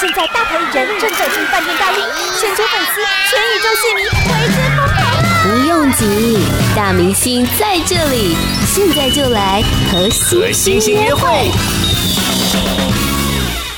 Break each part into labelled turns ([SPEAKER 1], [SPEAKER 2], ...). [SPEAKER 1] 现在大牌艺人正走进饭店大厅，全球粉丝、全宇宙戏迷为之疯狂了。
[SPEAKER 2] 不用急，大明星在这里，现在就来和
[SPEAKER 3] 和
[SPEAKER 2] 星
[SPEAKER 3] 星星约会。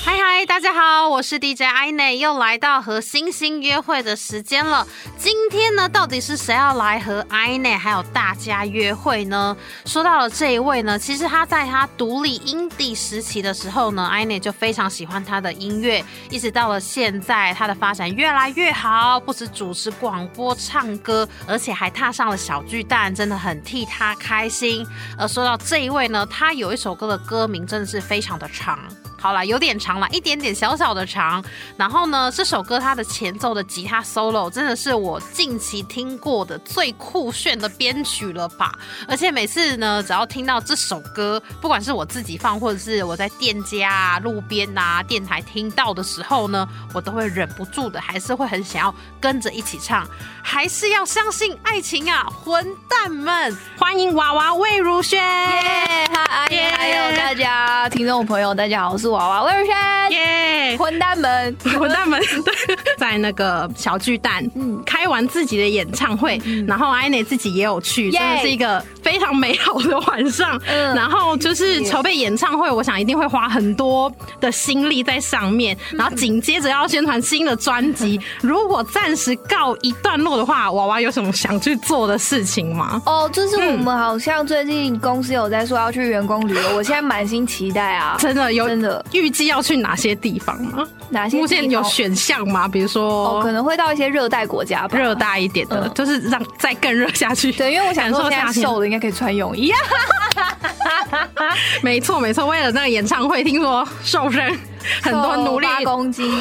[SPEAKER 4] 嗨嗨，大家好，我是 DJ i n e 又来到和星星约会的时间了。今天呢，到底是谁要来和 i n e 还有大家约会呢？说到了这一位呢，其实他在他独立音地时期的时候呢 i n e 就非常喜欢他的音乐，一直到了现在，他的发展越来越好，不止主持广播、唱歌，而且还踏上了小巨蛋，真的很替他开心。而说到这一位呢，他有一首歌的歌名真的是非常的长。好啦，有点长啦，一点点小小的长。然后呢，这首歌它的前奏的吉他 solo 真的是我近期听过的最酷炫的编曲了吧？而且每次呢，只要听到这首歌，不管是我自己放，或者是我在店家啊、路边啊、电台听到的时候呢，我都会忍不住的，还是会很想要跟着一起唱。还是要相信爱情啊，混蛋们！欢迎娃娃魏如萱。
[SPEAKER 5] 耶！嗨，
[SPEAKER 4] 耶
[SPEAKER 5] 还有大家听众朋友，大家好，我是娃娃魏 如萱。
[SPEAKER 4] 耶
[SPEAKER 5] 混蛋们，
[SPEAKER 6] 混蛋们对在那个小巨蛋，开完自己的演唱会，然后 i n 自己也有去，
[SPEAKER 5] 耶
[SPEAKER 6] 真的是一个非常美好的晚上。
[SPEAKER 5] 嗯
[SPEAKER 6] 然后就是筹备演唱会，我想一定会花很多的心力在上面。嗯然后紧接着要宣传新的专 辑，如果暂时告一段落的话，娃娃有什么想去做的事情吗？
[SPEAKER 5] 哦，就是我们好像最近公司有在说要去员工旅游，我现在满心期 待啊。
[SPEAKER 6] 真的有
[SPEAKER 5] 真的
[SPEAKER 6] 预计要去哪些地方吗？
[SPEAKER 5] 哪些地
[SPEAKER 6] 目
[SPEAKER 5] 方
[SPEAKER 6] 前有选项吗？比如
[SPEAKER 5] 哦，可
[SPEAKER 6] 说
[SPEAKER 5] 能会到一些热带国家吧。
[SPEAKER 6] 热带一点的，
[SPEAKER 5] 嗯
[SPEAKER 6] 就是让再更热下去。
[SPEAKER 5] 对，因为我想说
[SPEAKER 6] 感受
[SPEAKER 5] 现在
[SPEAKER 6] 夏天
[SPEAKER 5] 瘦的应该可以穿 泳衣啊。
[SPEAKER 6] 没错没错，为了那个演唱会，听说瘦身很多努力，
[SPEAKER 5] 瘦哦八公斤，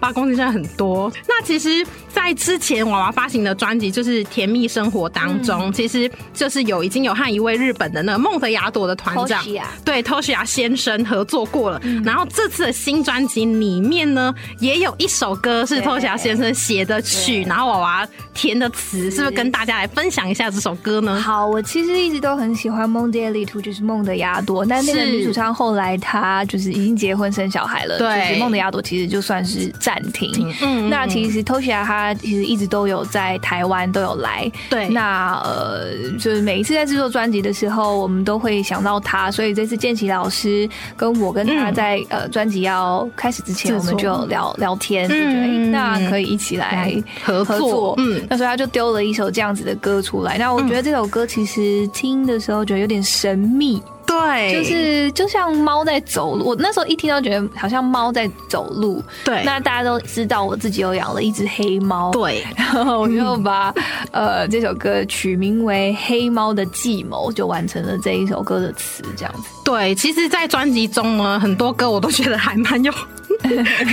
[SPEAKER 6] 八公斤真的很多。那其实，在之前娃娃发行的专辑就是《甜蜜生活》
[SPEAKER 5] 嗯
[SPEAKER 6] 当中，其实就是有已经有和一位日本的那个梦的雅朵的团长
[SPEAKER 5] Toshiya
[SPEAKER 6] 对 Toshia 先生合作过了。
[SPEAKER 5] 嗯
[SPEAKER 6] 然后这次的新专辑里面呢，也有一首歌是
[SPEAKER 5] 对
[SPEAKER 6] Toshia 先生写的曲，然后娃娃填的词，是不是跟大家来分享一下这首歌呢？
[SPEAKER 5] 好，我其实一直都很喜欢《梦 daily two》，就是《梦的雅朵》，但那个
[SPEAKER 6] 是
[SPEAKER 5] 女主唱后来她就是已经结婚生小孩了，
[SPEAKER 6] 对
[SPEAKER 5] 就是《梦的雅朵》其实就算是暂停。
[SPEAKER 6] 嗯
[SPEAKER 5] 那其实 Toshia 她其实一直都有在台湾都有来，
[SPEAKER 6] 对
[SPEAKER 5] 那呃，就是每一次在制作专辑的时候，我们都会想到她，所以这次建奇老师跟我跟她
[SPEAKER 6] 嗯
[SPEAKER 5] 在、呃专辑要开始之前，
[SPEAKER 6] 制
[SPEAKER 5] 我
[SPEAKER 6] 作
[SPEAKER 5] 们就有聊聊天，就觉得、诶
[SPEAKER 6] 嗯
[SPEAKER 5] 那可以一起来
[SPEAKER 6] 来合作嗯
[SPEAKER 5] 嗯，那时候他就丢了一首这样子的歌出来。那我觉得这首歌其实听的时候觉得有点神秘，
[SPEAKER 6] 对，
[SPEAKER 5] 就是就像猫在走路。我那时候一听到觉得好像猫在走路。
[SPEAKER 6] 对
[SPEAKER 5] 那大家都知道我自己有养了一只黑猫，
[SPEAKER 6] 对。
[SPEAKER 5] 然后我就把、呃这首歌取名为《黑猫的计谋》，就完成了这一首歌的词，这样子。
[SPEAKER 6] 对，其实，在专辑中呢，很多歌我都觉得还 蛮有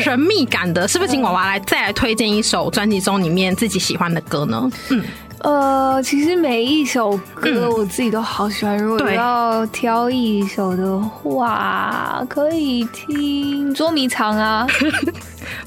[SPEAKER 6] 神秘感的。是不是请娃娃来再来推荐一首专辑中里面自己喜欢的歌呢？嗯，
[SPEAKER 5] 呃，其实每一首歌
[SPEAKER 6] 嗯
[SPEAKER 5] 我自己都好喜欢。如果
[SPEAKER 6] 对
[SPEAKER 5] 要挑一首的话，可以听《捉迷藏》 啊，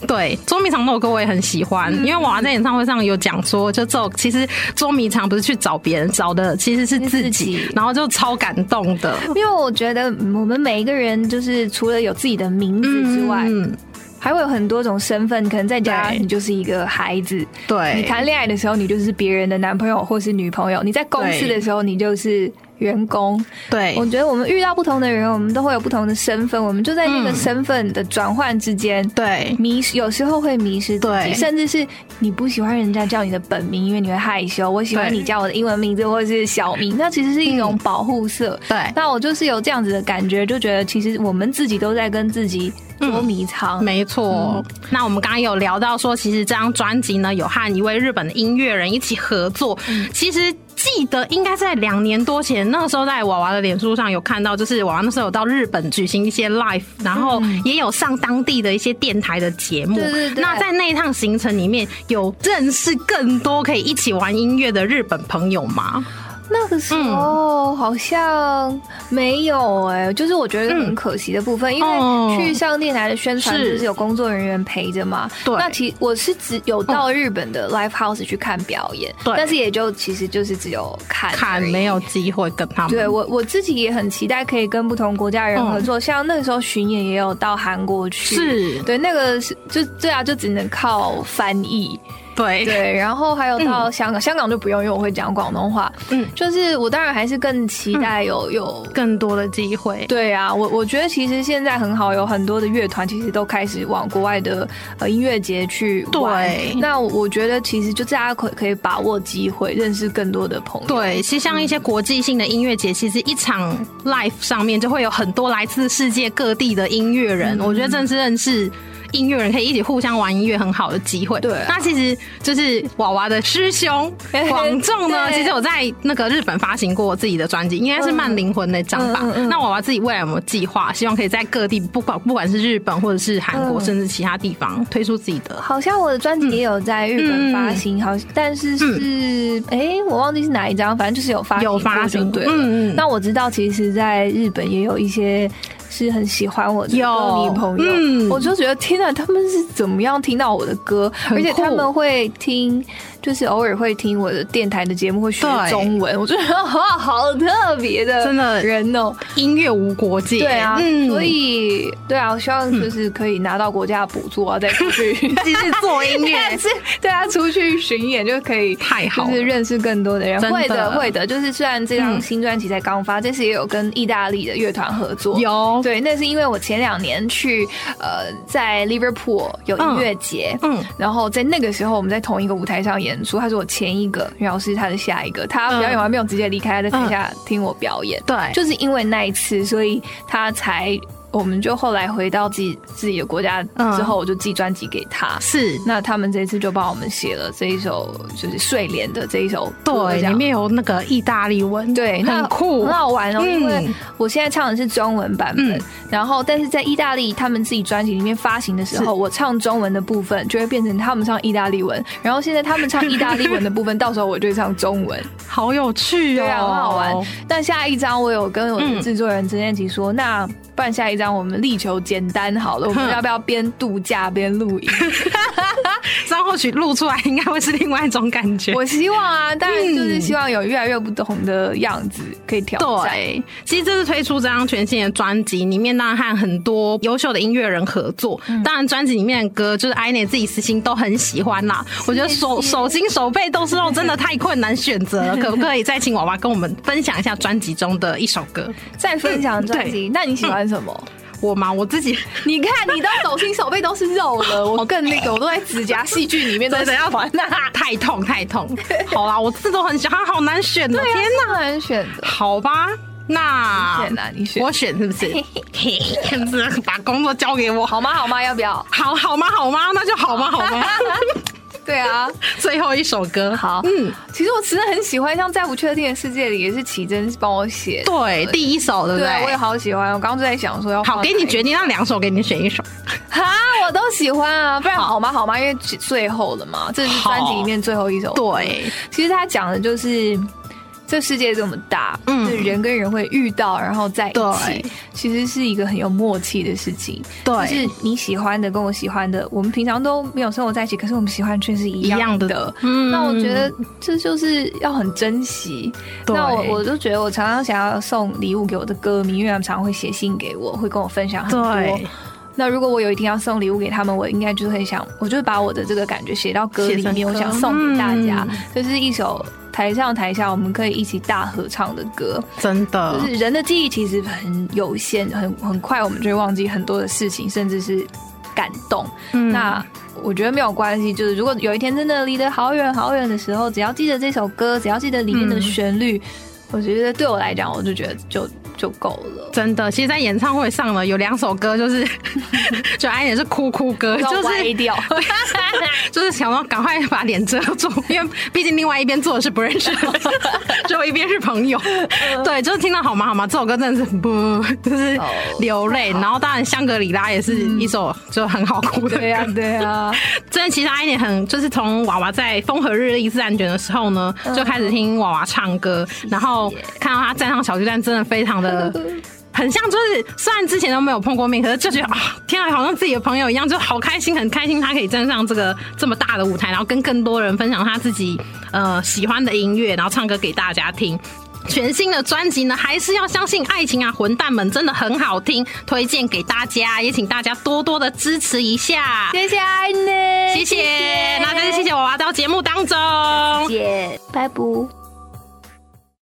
[SPEAKER 6] 对，捉迷藏那首歌我也很喜欢，
[SPEAKER 5] 嗯
[SPEAKER 6] 因为娃娃在演唱会上有讲说，就这首其实捉迷藏不是去找别人，找的其实是自
[SPEAKER 5] 自
[SPEAKER 6] 己，
[SPEAKER 5] 己
[SPEAKER 6] 然后就超感动的。
[SPEAKER 5] 因为我觉得嗯我们每一个人就是除了有自己的名字之外，
[SPEAKER 6] 嗯，
[SPEAKER 5] 还会有很多种身份。可能在家
[SPEAKER 6] 对
[SPEAKER 5] 你就是一个孩子，
[SPEAKER 6] 对，
[SPEAKER 5] 你谈恋爱的时候你就是别人的男朋友或是女朋友，你在公司
[SPEAKER 6] 对
[SPEAKER 5] 的时候你就是员工。
[SPEAKER 6] 对
[SPEAKER 5] 我，觉得我们遇到不同的人，我们都会有不同的身份，我们就在那个
[SPEAKER 6] 嗯
[SPEAKER 5] 身份的转换之间。
[SPEAKER 6] 对，
[SPEAKER 5] 迷失，有时候会迷失自己，
[SPEAKER 6] 对
[SPEAKER 5] 甚至是你不喜欢人家叫你的本名，因为你会害羞。我喜欢
[SPEAKER 6] 对
[SPEAKER 5] 你叫我的英文名字或者是小名，那其实是一种
[SPEAKER 6] 嗯
[SPEAKER 5] 保护色。
[SPEAKER 6] 对，
[SPEAKER 5] 那我就是有这样子的感觉，就觉得其实我们自己都在跟自己捉迷藏。
[SPEAKER 6] 没错，
[SPEAKER 5] 嗯
[SPEAKER 6] 那我们刚刚有聊到说，其实这张专辑呢，有和一位日本的音乐人一起合作。
[SPEAKER 5] 嗯
[SPEAKER 6] 其实记得应该在两年多前，那个时候在娃娃的脸书上有看到，就是娃娃那时候有到日本举行一些 live，然后也有上当地的一些电台的节目。
[SPEAKER 5] 嗯对对对
[SPEAKER 6] 那在那一趟行程里面，有认识更多可以一起玩音乐的日本朋友吗？
[SPEAKER 5] 那个时候好像没有哎、就是我觉得很可惜的部分，因
[SPEAKER 6] 哦
[SPEAKER 5] 为去上电台的宣传就是是有工作人员陪着嘛。
[SPEAKER 6] 对
[SPEAKER 5] 那其我是只有到日本的 live house 去看表演，
[SPEAKER 6] 对
[SPEAKER 5] 但是也就其实就是只有看
[SPEAKER 6] 看
[SPEAKER 5] 而已
[SPEAKER 6] 没有机会跟他们。
[SPEAKER 5] 哎对我我自己也很期待可以跟不同国家人合作，像那个时候巡演也有到韩国去，
[SPEAKER 6] 嗯是
[SPEAKER 5] 对那个是就对啊，就只能靠翻译。
[SPEAKER 6] 对
[SPEAKER 5] 对，然后还有到香港，香港就不用，因为我会讲广东话。
[SPEAKER 6] 嗯
[SPEAKER 5] 嗯，就是我当然还是更期待有、有。
[SPEAKER 6] 更多的机会。
[SPEAKER 5] 对啊，我我觉得其实现在很好，有很多的乐团其实都开始往国外的呃音乐节去玩。
[SPEAKER 6] 对
[SPEAKER 5] 那我我觉得其实就大家可以可以把握机会，认识更多的朋友。
[SPEAKER 6] 对，其实像一些国际性的音乐节，其实一场 l i f e 上面就会有很多来自世界各地的音乐人。我觉得正是认识音乐人，可以一起互相玩音乐，很好的机会。
[SPEAKER 5] 对啊
[SPEAKER 6] 那其实就是娃娃的师兄广仲呢，
[SPEAKER 5] 对
[SPEAKER 6] 其实我在那个日本发行过我自己的专辑，应该是《慢灵魂》那张吧。
[SPEAKER 5] 嗯嗯嗯
[SPEAKER 6] 那娃娃自己未来有没有计划，希望可以在各地，不管不管是日本或者是韩国，
[SPEAKER 5] 嗯
[SPEAKER 6] 甚至其他地方推出自己的
[SPEAKER 5] 好像我的专辑也有在日
[SPEAKER 6] 嗯
[SPEAKER 5] 本发行，好，但是是哎、诶我忘记是哪一张，反正就是有发行，
[SPEAKER 6] 有发行
[SPEAKER 5] 对了。
[SPEAKER 6] 嗯嗯
[SPEAKER 5] 那我知道，其实在日本也有一些是很喜欢我的
[SPEAKER 6] 有
[SPEAKER 5] 歌迷朋友，
[SPEAKER 6] 嗯
[SPEAKER 5] 我就觉得天哪，他们是怎么样听到我的歌，
[SPEAKER 6] 很
[SPEAKER 5] 而且
[SPEAKER 6] 酷
[SPEAKER 5] 他们会听，就是偶尔会听我的电台的节目，会学
[SPEAKER 6] 对
[SPEAKER 5] 中文，我觉得哇，好特别的，
[SPEAKER 6] 真的嗯
[SPEAKER 5] 人哦、
[SPEAKER 6] 音乐无国界。
[SPEAKER 5] 对啊，所以对啊，我希望
[SPEAKER 6] 嗯
[SPEAKER 5] 就是可以拿到国家的补助啊，再出去
[SPEAKER 6] 继续 做音乐。
[SPEAKER 5] 但是对啊，出去巡演就可以，
[SPEAKER 6] 太好了
[SPEAKER 5] 就是认识更多的人。
[SPEAKER 6] 真的
[SPEAKER 5] 会的，会的，就是虽然这张
[SPEAKER 6] 嗯
[SPEAKER 5] 新专辑才刚发，这次也有跟意大利的乐团合作。
[SPEAKER 6] 有
[SPEAKER 5] 对，那是因为我前两年去呃，在 Liverpool 有音乐节，
[SPEAKER 6] 嗯，
[SPEAKER 5] 然后在那个时候我们在同一个舞台上演出，他是我前一个，然后是他的下一个，他表演完没有直接离开，他在台下听我表演。
[SPEAKER 6] 嗯对
[SPEAKER 5] 就是因为那一次，所以他才。我们就后来回到自己自己的国家之后，我就寄专辑给他。
[SPEAKER 6] 是
[SPEAKER 5] 那他们这次就帮我们写了这一首就是睡莲的这一首歌，
[SPEAKER 6] 对，
[SPEAKER 5] 这样
[SPEAKER 6] 里面有那个意大利文，
[SPEAKER 5] 对那
[SPEAKER 6] 很酷
[SPEAKER 5] 很。好玩哦，
[SPEAKER 6] 嗯
[SPEAKER 5] 因为我现在唱的是中文版本，
[SPEAKER 6] 嗯
[SPEAKER 5] 然后但是在意大利他们自己专辑里面发行的时
[SPEAKER 6] 是
[SPEAKER 5] 候，我唱中文的部分就会变成他们唱意大利文，然后现在他们唱意大利文的部分，到时候我就会唱中文，
[SPEAKER 6] 好 有趣哦，
[SPEAKER 5] 对啊，很好玩。但下一张我有跟我的制作人陈建奇说，那不然下一张我们力求简单好 了，我们
[SPEAKER 6] 哼
[SPEAKER 5] 要不要边度假边录 音？
[SPEAKER 6] 这样或许录出来应该会是另外一种感觉。
[SPEAKER 5] 我希望啊，当然就是希望有越来越不同的样子可以挑战。
[SPEAKER 6] 对，其实这次推出这张全新的专辑，里面当然和很多优秀的音乐人合作。
[SPEAKER 5] 嗯
[SPEAKER 6] 当然，专辑里面的歌就是 i n e 自己私心都很喜欢啦。我觉得手手心手背都是肉，真的太困难选择 了。可不可以再请娃娃跟我们分享一下专辑中的一首歌？
[SPEAKER 5] 再分享专辑，那你喜欢什么？
[SPEAKER 6] 我吗？我自己
[SPEAKER 5] 你看，你都手心手背都是肉 了，我更那个，我都在指甲戏剧里面都
[SPEAKER 6] 真的 要还，太痛太痛。好啦，我字都很喜欢，好难选哦。天
[SPEAKER 5] 哪，很难选的，
[SPEAKER 6] 好吧，那
[SPEAKER 5] 选啊啊，你选
[SPEAKER 6] 我选是不 是？嘿，是把工作交给我，好
[SPEAKER 5] 好吗？好吗？要不要？
[SPEAKER 6] 好好吗？好吗？那就好吗？好吗？
[SPEAKER 5] 对啊，
[SPEAKER 6] 最后一首歌，
[SPEAKER 5] 好，
[SPEAKER 6] 嗯
[SPEAKER 5] 嗯，其实我真的很喜欢，像在不确定的世界里也是奇珍帮我写的，
[SPEAKER 6] 对，第一首对不
[SPEAKER 5] 对啊我也
[SPEAKER 6] 对？
[SPEAKER 5] 好喜欢，我刚刚就在想说要
[SPEAKER 6] 好，给你决
[SPEAKER 5] 定
[SPEAKER 6] 定，那两首给你选一首。
[SPEAKER 5] 哈，我都喜欢啊，不然好吗？好吗？因为最后了嘛，这是专辑里面最后一首，
[SPEAKER 6] 对，
[SPEAKER 5] 其实他讲的就是这世界这么大，
[SPEAKER 6] 嗯
[SPEAKER 5] 嗯，人跟人会遇到，然后在一
[SPEAKER 6] 对
[SPEAKER 5] 起，其实是一个很有默契的事情。
[SPEAKER 6] 对
[SPEAKER 5] 就是你喜欢的跟我喜欢的，我们平常都没有生活在一起，可是我们喜欢却是一
[SPEAKER 6] 一样
[SPEAKER 5] 样
[SPEAKER 6] 的
[SPEAKER 5] 的。
[SPEAKER 6] 嗯
[SPEAKER 5] 那我觉得这就是要很珍惜。
[SPEAKER 6] 对
[SPEAKER 5] 那我我就觉得我常常想要送礼物给我的歌迷，因为他们常常会写信给我，会跟我分享很多
[SPEAKER 6] 对。
[SPEAKER 5] 那如果我有一天要送礼物给他们，我应该就是会想，我就把我的这个感觉写到歌里
[SPEAKER 6] 写
[SPEAKER 5] 面，
[SPEAKER 6] 成歌
[SPEAKER 5] 我想送给大家
[SPEAKER 6] 嗯。
[SPEAKER 5] 这、是一首台上台下我们可以一起大合唱的歌。
[SPEAKER 6] 真
[SPEAKER 5] 就
[SPEAKER 6] 的
[SPEAKER 5] 是人的记忆其实很有限，很很快我们就会忘记很多的事情，甚至是感动。
[SPEAKER 6] 嗯
[SPEAKER 5] 那我觉得没有关系，就是如果有一天真的离得好远好远的时
[SPEAKER 6] 嗯
[SPEAKER 5] 候，只要记得这首歌，只要记得里面的旋律，我觉得对我来讲，我就觉得就就够了。
[SPEAKER 6] 真的，其实，在演唱会上呢，有两首歌就是， 就安也是哭哭歌，
[SPEAKER 5] 要
[SPEAKER 6] 就是
[SPEAKER 5] 歪 掉
[SPEAKER 6] 就是想要赶快把脸遮住，因为毕竟另外一边坐的是不认识的人， 只有一边是朋友。对，就是听到好吗好吗这首歌真的是不，就是
[SPEAKER 5] 嗯哦嗯
[SPEAKER 6] 流泪。然后当然香格里拉也是一首就很好哭的歌。
[SPEAKER 5] 对呀、对啊呀、
[SPEAKER 6] 真的，其实阿一很就是从娃娃在风和日丽自然卷的时候呢，就开
[SPEAKER 5] 嗯
[SPEAKER 6] 始听娃娃唱歌，然后看到他站上小巨蛋，真的非常的。很像，就是虽然之前都没有碰过面，可是就觉得啊，天啊，好像自己的朋友一样，就好开心，很开心他可以站上这个这么大的舞台，然后跟更多人分享他自己呃喜欢的音乐，然后唱歌给大家听。全新的专辑呢，还是要相信爱情啊，混蛋们真的很好听，推荐给大家，也请大家多多的支持一下。
[SPEAKER 5] 谢谢爱你，
[SPEAKER 6] 谢谢，那真是谢谢娃娃到节目当中。
[SPEAKER 2] 姐，拜拜。